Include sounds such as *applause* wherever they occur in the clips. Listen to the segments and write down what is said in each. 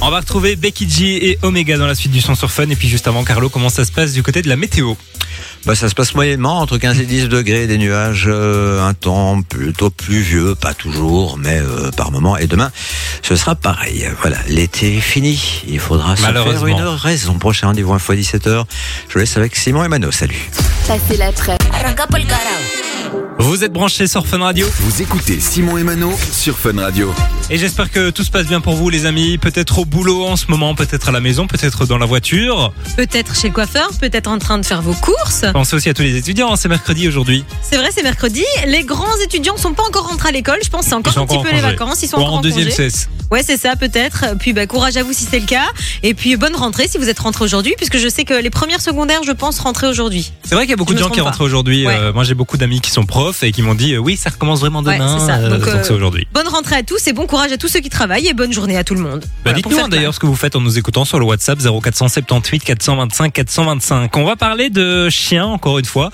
On va retrouver Becky G et Omega dans la suite du son sur Fun. Et puis juste avant, Carlo, comment ça se passe du côté de la météo Bah, ça se passe moyennement, entre 15 et 10 degrés, des nuages, euh, un temps plutôt pluvieux, pas toujours, mais euh, par moment. Et demain, ce sera pareil. Voilà, l'été est fini. Il faudra se faire Malheureusement. une raison. Prochain rendez-vous info à 17h. Je vous laisse avec Simon et Mano. Salut. Passez l'après. Vous êtes branchés sur Fun Radio Vous écoutez Simon et Mano sur Fun Radio. Et j'espère que tout se passe bien pour vous, les amis. Peut-être au boulot en ce moment, peut-être à la maison, peut-être dans la *laughs* voiture. Peut-être chez le coiffeur, peut-être en train de faire vos courses. Pensez aussi à tous les étudiants. hein, C'est mercredi aujourd'hui. C'est vrai, c'est mercredi. Les grands étudiants sont pas encore rentrés à l'école. Je pense que c'est Ils encore sont un petit encore peu en les congé. vacances. Ils sont Ou encore en deuxième congé. cesse. Ouais, c'est ça, peut-être. Puis bah, courage à vous si c'est le cas. Et puis bonne rentrée si vous êtes rentrés aujourd'hui, puisque je sais que les premières secondaires, je pense, rentraient aujourd'hui. C'est vrai qu'il y a beaucoup Je de me gens trompe qui pas. rentrent aujourd'hui. Ouais. Euh, moi, j'ai beaucoup d'amis qui sont profs et qui m'ont dit euh, oui, ça recommence vraiment Ouais, demain. c'est ça. euh, Donc, euh, c'est aujourd'hui. Bonne rentrée à tous et bon courage à tous ceux qui travaillent et bonne journée à tout le monde. Bah, Voilà, pour Dites-nous faire hein, d'ailleurs clair. ce que vous faites en nous écoutant sur le WhatsApp 0478 425 425. On va parler de chiens encore une fois.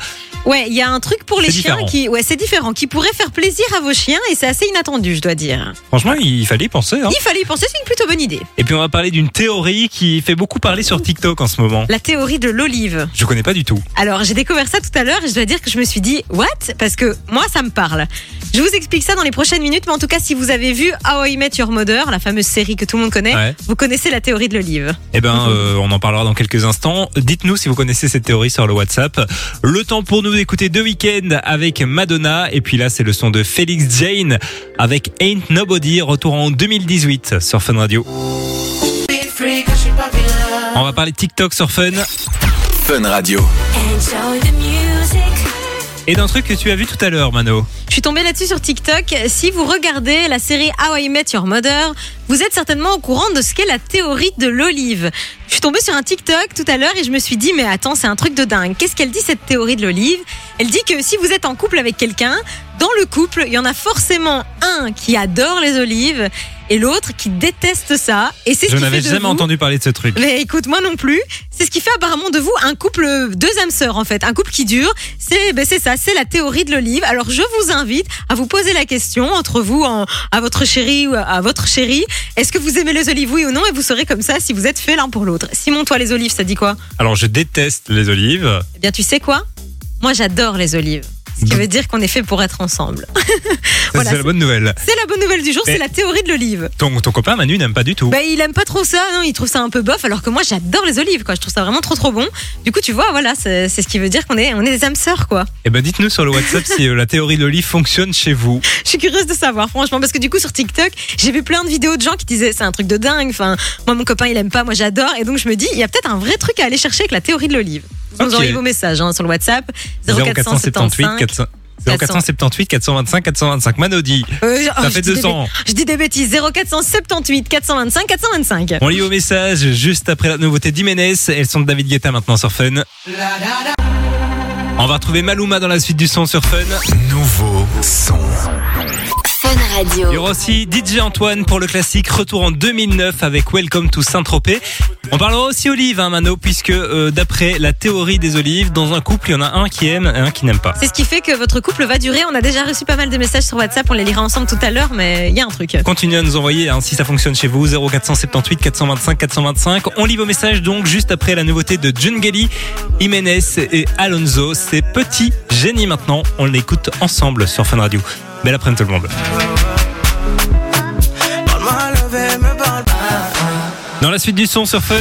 Ouais, il y a un truc pour les C'est chiens différent. qui, ouais, c'est différent, qui pourrait faire plaisir à vos chiens et c'est assez inattendu, je dois dire. Franchement, il fallait y penser. hein. Il fallait y penser, c'est une plutôt bonne idée. Et puis on va parler d'une théorie qui fait beaucoup parler sur TikTok en ce moment. La théorie de l'olive. Je connais pas du tout. Alors, j'ai découvert ça tout à l'heure et je dois dire que je me suis dit, what Parce que moi, ça me parle. Je vous explique ça dans les prochaines minutes, mais en tout cas, si vous avez vu How I Met Your Mother, la fameuse série que tout le monde connaît, Ouais. vous connaissez la théorie de l'olive. Eh ben, euh, on en parlera dans quelques instants. Dites-nous si vous connaissez cette théorie sur le WhatsApp. Le temps pour nous d'écouter deux week-ends avec Madonna. Et puis là, c'est le son de Félix Jane avec Ain't Nobody, retour en 2018 sur Fun Radio. On va parler de TikTok sur Fun Fun Radio. et d'un truc que tu as vu tout à l'heure, Mano. Je suis tombée là-dessus sur TikTok. Si vous regardez la série How I Met Your Mother, vous êtes certainement au courant de ce qu'est la théorie de l'olive. Je suis tombée sur un TikTok tout à l'heure et je me suis dit, mais attends, c'est un truc de dingue. Qu'est-ce qu'elle dit, cette théorie de l'olive Elle dit que si vous êtes en couple avec quelqu'un, dans le couple, il y en a forcément un qui adore les olives et l'autre qui déteste ça. Et c'est ce Je qui fait n'avais de jamais vous- entendu parler de ce truc. mais écoute, moi non plus. C'est ce qui fait apparemment de vous un couple, deux âmes sœurs en fait, un couple qui dure. C'est ben c'est ça, c'est la théorie de l'olive. Alors je vous invite à vous poser la question entre vous, en- à votre chéri ou à votre chérie. Est-ce que vous aimez les olives, oui ou non Et vous saurez comme ça si vous êtes fait l'un pour l'autre. Simon, toi les olives, ça dit quoi Alors, je déteste les olives. Eh bien tu sais quoi Moi j'adore les olives. Ce qui veut dire qu'on est fait pour être ensemble. Ça, Voilà, c'est la c'est- bonne nouvelle. C'est la bonne nouvelle du jour, Mais- c'est la théorie de l'olive. Ton, ton copain Manu n'aime pas du tout. Bah, il aime pas trop ça, non, il trouve ça un peu bof, alors que moi j'adore les olives, quoi. Je trouve ça vraiment trop trop bon. Du coup, tu vois, voilà, c'est c'est ce qui veut dire qu'on est, on est des âmes sœurs, quoi. Eh ben, dites-nous sur le WhatsApp si euh, la théorie de l'olive fonctionne chez vous. Je suis curieuse de savoir, franchement, parce que du coup, sur TikTok, j'ai vu plein de vidéos de gens qui disaient c'est un truc de dingue, enfin, moi mon copain il aime pas, moi j'adore, et donc je me dis, il y a peut-être un vrai truc à aller chercher avec la théorie de l'olive. Vous Ok. nous envoyez vos messages hein, sur le WhatsApp 0478 0478 400 0478 425 425 Manodi Euh, oh, ça je fait dis des 200 bêtises. Je dis des bêtises 0478 425 425 on lit au message juste après la nouveauté d'Iménez elles sont de David Guetta maintenant sur Fun on va retrouver Maluma dans la suite du son sur Fun Nouveau son. Fun Radio. il y aura aussi DJ Antoine pour le classique retour en 2009 avec Welcome to Saint-Tropez on parlera aussi olives hein, Mano puisque euh, d'après la théorie des olives dans un couple il y en a un qui aime et un qui n'aime pas C'est ce qui fait que votre couple va durer. On a déjà reçu pas mal de messages sur WhatsApp, on les lira ensemble tout à l'heure, mais il y a un truc. Continuez à nous envoyer hein, si ça fonctionne chez vous 0478 425 425. On lit vos messages donc juste après la nouveauté de Jungeli, Jiménez et Alonso. C'est Petit Génie maintenant. On l'écoute ensemble sur Fun Radio. Belle après-midi tout le monde. Dans la suite du son sur Fun,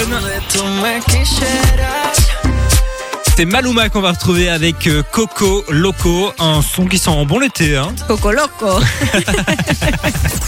c'est Maluma qu'on va retrouver avec euh, Coco Loco, un son qui sent bon l'été. Hein. Coco loco.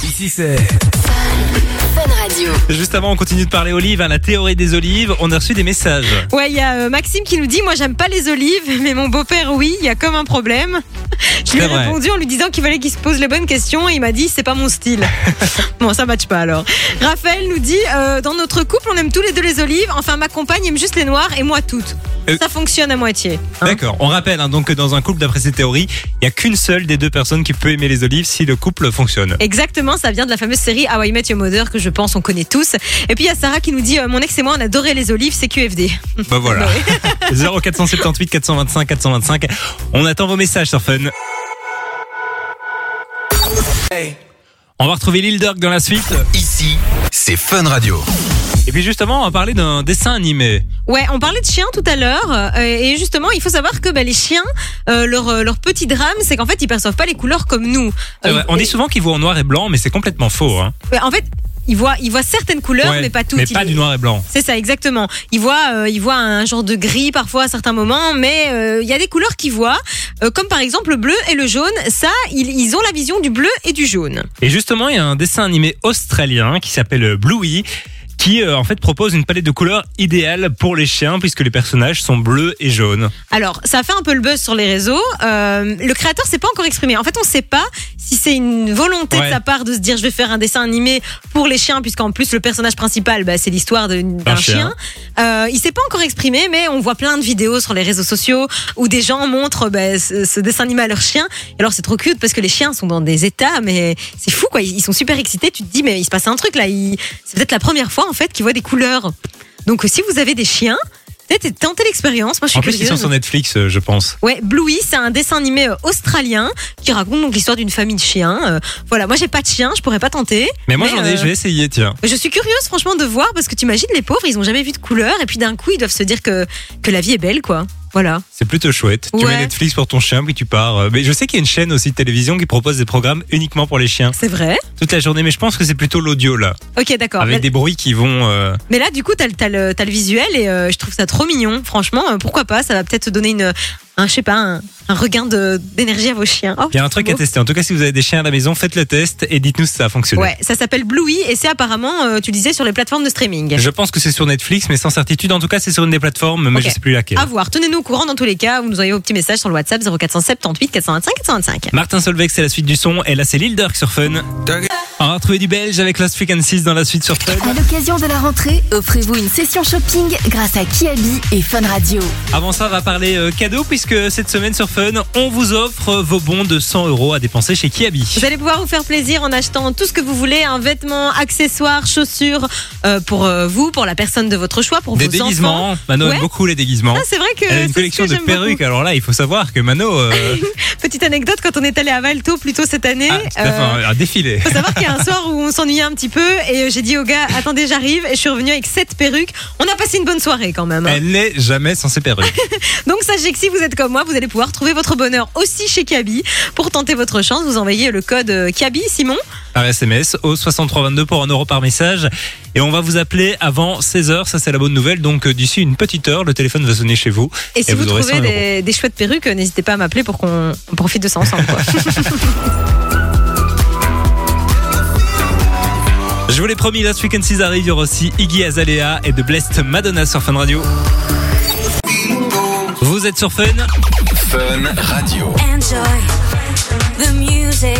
Ici c'est Fun Radio. Juste avant, on continue de parler olives, hein, la théorie des olives. On a reçu des messages. *laughs* Ouais, il y a euh, Maxime qui nous dit Moi, j'aime pas les olives, *laughs* mais mon beau-père, oui, il y a comme un problème. *laughs* Je lui ai C'est vrai. répondu en lui disant qu'il fallait qu'il se pose les bonnes questions et il m'a dit C'est pas mon *laughs* style. *laughs* bon, ça matche pas alors. Raphaël nous dit euh, Dans notre couple, on aime tous les deux les olives. Enfin, ma compagne aime juste les noires et moi toutes. Euh. Ça fonctionne à moitié. hein. D'accord. On rappelle hein, donc que dans un couple, d'après ces théories, il n'y a qu'une seule des deux personnes qui peut aimer les olives si le couple *laughs* fonctionne. Exactement, ça vient de la fameuse série How I Met Your Mother que je pense on connaît tous. Et puis il y a Sarah qui nous dit euh, Mon ex et moi on adorait les olives, c'est QFD. Bah voilà. *laughs* 0478 425 425. On attend vos messages sur Fun. On va retrouver Lil Durk dans la suite. ici, c'est Fun Radio. Et puis justement, on va parler d'un dessin animé. Ouais, on parlait de chiens tout à l'heure, euh, et justement, il faut savoir que bah, les chiens, euh, leur, euh, leur petit drame, c'est qu'en fait, ils perçoivent pas les couleurs comme nous. C'est Euh, vrai, on dit souvent qu'ils voient en noir et blanc, mais c'est complètement faux. Hein. Ouais, En fait, ils voient, ils voient certaines couleurs, Ouais, mais pas toutes. Mais pas Ils- du noir et blanc. C'est ça, exactement. Ils voient, euh, ils voient un genre de gris parfois à certains moments, mais euh, il y a des couleurs qu'ils voient, euh, comme par exemple le bleu et le jaune. Ça, ils, ils ont la vision du bleu et du jaune. Et justement, il y a un dessin animé australien qui s'appelle Bluey qui euh, en fait propose une palette de couleurs idéale pour les chiens puisque les personnages sont bleus et jaunes. Alors, ça a fait un peu le buzz sur les réseaux. Euh, le créateur s'est pas encore exprimé. En fait, on sait pas si c'est une volonté Ouais. de sa part de se dire je vais faire un dessin animé pour les chiens, puisqu'en plus le personnage principal, bah, c'est l'histoire de- d'un chien. chien. Euh, il s'est pas encore exprimé, mais on voit plein de vidéos sur les réseaux sociaux où des gens montrent bah, ce, ce dessin animé à leur chien. Et alors, c'est trop cute parce que les chiens sont dans des états, mais c'est fou quoi. Ils ils sont super excités. Tu te dis mais il se passe un truc là. Ils- C'est peut-être la première fois en fait qu'ils voient des couleurs. Donc, si vous avez des chiens. Peut-être tentez l'expérience. Moi, je suis En plus, ils sont curieuse. sur Netflix, euh, je pense. Ouais, Bluey, c'est un dessin animé euh, australien qui raconte donc l'histoire d'une famille de chiens. Euh, voilà, moi j'ai pas de chien, je pourrais pas tenter. Mais moi, j'en ai, euh, je vais essayer, tiens. Je suis curieuse franchement de voir parce que t'imagines les pauvres, ils ont jamais vu de couleur et puis d'un coup ils doivent se dire que que la vie est belle quoi. Voilà. C'est plutôt chouette. Tu mets Ouais. Netflix pour ton chien, puis tu pars. Euh, Mais je sais qu'il y a une chaîne aussi de télévision qui propose des programmes uniquement pour les chiens C'est vrai. toute la journée. Mais je pense que c'est plutôt l'audio là, Ok, d'accord. avec Mais, des bruits qui vont. euh, mais là, du coup, t'as le, t'as le, t'as le visuel et euh, je trouve ça trop mignon. Franchement, euh, pourquoi pas Ça va peut-être donner une, un, je sais pas, un, un regain de- d'énergie à vos chiens. Oh, Il y a un c'est truc beau. à tester. En tout cas, si vous avez des chiens à la maison, faites le test et dites-nous si ça a fonctionné. Ouais, ça s'appelle Bluey et c'est apparemment, euh, tu disais, sur les plateformes de streaming. Je pense que c'est sur Netflix, mais sans certitude. En tout cas, c'est sur une des plateformes, mais Ok. je sais plus laquelle. À voir. Tenez-nous au courant dans tous les cas. Vous nous envoyez vos petits messages sur le WhatsApp 0478 425 425. Martin Solveig, c'est la suite du son, et là c'est Lil Durk sur Fun. On va retrouver du belge avec Lost Frequencies dans la suite sur Fun. À l'occasion de la rentrée, offrez-vous une session shopping grâce à Kiabi et Fun Radio. Avant ça, on va parler euh, cadeau, puisque cette semaine sur Fun, on vous offre euh, vos bons de 100 euros à dépenser chez Kiabi. Vous allez pouvoir vous faire plaisir en achetant tout ce que vous voulez, un vêtement, accessoires, chaussures euh, pour euh, vous, pour la personne de votre choix, pour Des vos enfants. déguisements, Mano aime Ouais. beaucoup les déguisements. Ah, c'est vrai que Elle a c'est une ce collection que de j'aime beaucoup. perruques, alors là, il faut savoir que Mano *laughs* euh, ah, Petite anecdote, quand on est allé à Val tôt plus tôt cette année, a tout à fait euh, un- un défilé. faut savoir qu'il y a un soir où on s'ennuyait un petit peu et euh, j'ai dit au gars, attendez, j'arrive et je suis revenue avec sept perruques. On a passé une bonne soirée quand même. hein. Elle n'est jamais sans ses perruques. Donc sachez que si vous êtes comme moi, vous allez pouvoir trouver votre bonheur aussi chez Kaby. Pour tenter votre chance, vous envoyez le code euh, Kaby, Simon. par SMS au 6322 pour 1 euro par message. Et on va vous appeler avant 16h, ça c'est la bonne nouvelle. Donc euh, d'ici une petite heure, le téléphone va sonner chez vous. Et si Et vous, vous aurez 100 trouvez des, des chouettes perruques, euh, n'hésitez pas à m'appeler pour qu'on on profite de ça *laughs* ensemble. quoi. Je vous l'ai promis, Last Weekend 6 arrive, il y aura aussi Iggy Azalea et The Blessed Madonna sur Fun Radio. Vous êtes sur Fun Fun Radio. Enjoy the music.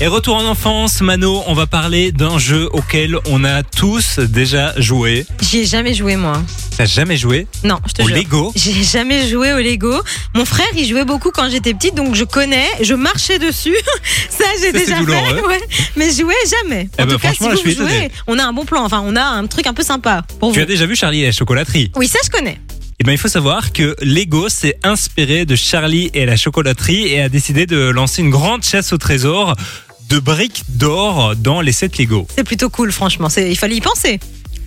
et retour en enfance, Mano, on va parler d'un jeu auquel on a tous déjà joué. J'y ai jamais joué moi. hein. T'as jamais joué Non, je te au jure. Lego J'ai jamais joué au Lego. Mon frère, il jouait beaucoup quand j'étais petite, donc je connais. Je marchais dessus. *laughs* ça, Ça, j'ai c'est déjà douloureux. fait. Ouais. Mais jouer jamais. Eh en ben, tout cas, si franchement, là, je vous suis jouez, étonné. on a un bon plan. Enfin, on a un truc un peu sympa pour Tu vous. as déjà vu Charlie et la chocolaterie Oui, ça, je connais. Eh bien, il faut savoir que Lego s'est inspiré de Charlie et la chocolaterie et a décidé de lancer une grande chasse au trésor de briques d'or dans les sets Lego. C'est plutôt cool, franchement. C'est- Il fallait y penser.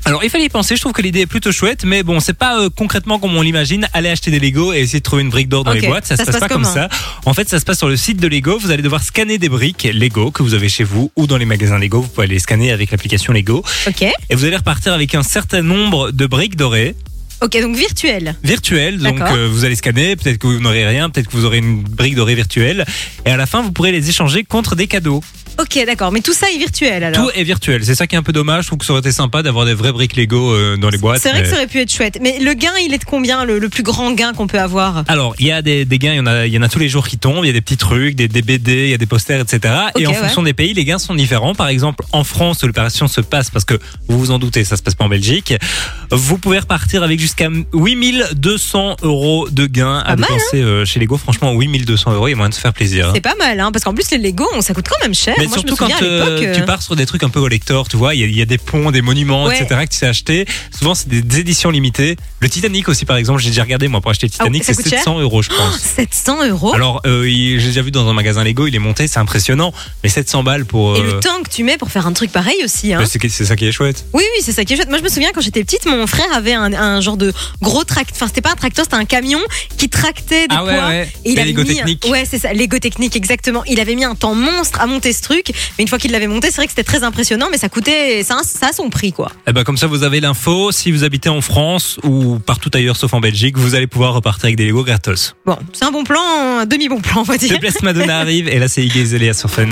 Alors, il fallait y penser, je trouve que l'idée est plutôt chouette, mais bon, c'est pas euh, concrètement comme on l'imagine, aller acheter des Lego et essayer de trouver une brique d'or dans Ok, les boîtes, ça, se passe, pas comme comment ça. En fait, ça se passe sur le site de Lego, vous allez devoir scanner des briques Lego que vous avez chez vous ou dans les magasins Lego, vous pouvez aller les scanner avec l'application Lego, Ok. et vous allez repartir avec un certain nombre de briques dorées Ok, donc virtuel. virtuelle. Donc D'accord. euh, vous allez scanner, peut-être que vous n'aurez rien, peut-être que vous aurez une brique dorée virtuelle. Et à la fin, vous pourrez les échanger contre des cadeaux. Ok, d'accord. Mais tout ça est virtuel alors. Tout est virtuel. C'est ça qui est un peu dommage. Je trouve que ça aurait été sympa d'avoir des vraies briques Lego euh, dans les boîtes. C'est vrai que mais- ça aurait pu être chouette. Mais le gain, il est de combien le, le plus grand gain qu'on peut avoir alors, il y a des, des gains, il y, en a, il y en a tous les jours qui tombent, il y a des petits trucs, des, des BD, il y a des posters, etc. et Ok, en ouais. fonction des pays, les gains sont différents. Par exemple, en France, l'opération se passe, parce que vous vous en doutez, ça se passe pas en Belgique. Vous pouvez repartir avec jusqu'à 8200 euros de gains à Pas mal, dépenser euh, chez Lego. Franchement, 8200 euros, il y a moyen de se faire plaisir. hein. C'est pas mal, hein, parce qu'en plus les Lego, on- ça coûte quand même cher. Mais moi, je me surtout quand souviens, à euh, l'époque, tu euh, pars sur des trucs un peu collector, tu vois, il y a- il y, a des ponts, des monuments, Ouais. etc. que tu sais acheter. Souvent, c'est des, des éditions limitées. Le Titanic aussi, par exemple, j'ai déjà regardé, moi, pour acheter le Ah ouais, Titanic, ça c'est coûte cher Oh, 700 euros, je pense. 700 euh, euros. Alors, euh, il- j'ai déjà vu dans un magasin Lego, il est monté, c'est impressionnant, mais 700 balles pour. Et euh, le temps que tu mets pour faire un truc pareil aussi. Hein. bah, c'est c'est ça qui est chouette. Oui, oui, c'est ça qui est chouette. Moi, je me souviens quand j'étais petite, mon frère avait un, un genre de gros tracteur. Enfin, c'était pas un tracteur, c'était un camion qui tractait des Ah ouais, poids. ouais. Et il Des avait Lego mis- techniques. Ouais, c'est ça, Lego technique, exactement. Il avait mis un temps monstre à monter ce truc, mais une fois qu'il l'avait monté, c'est vrai que c'était très impressionnant, mais ça coûtait, ça, ça a son prix, quoi. Eh ben, comme ça, vous avez l'info. Si vous habitez en France ou partout ailleurs, sauf en Belgique, vous allez pouvoir repartir avec des Lego *laughs* gratos. Bon, c'est un bon plan, un demi bon plan, on va dire. The Blessed Madonna arrive, et là, c'est Iggy Azalea sur Fun.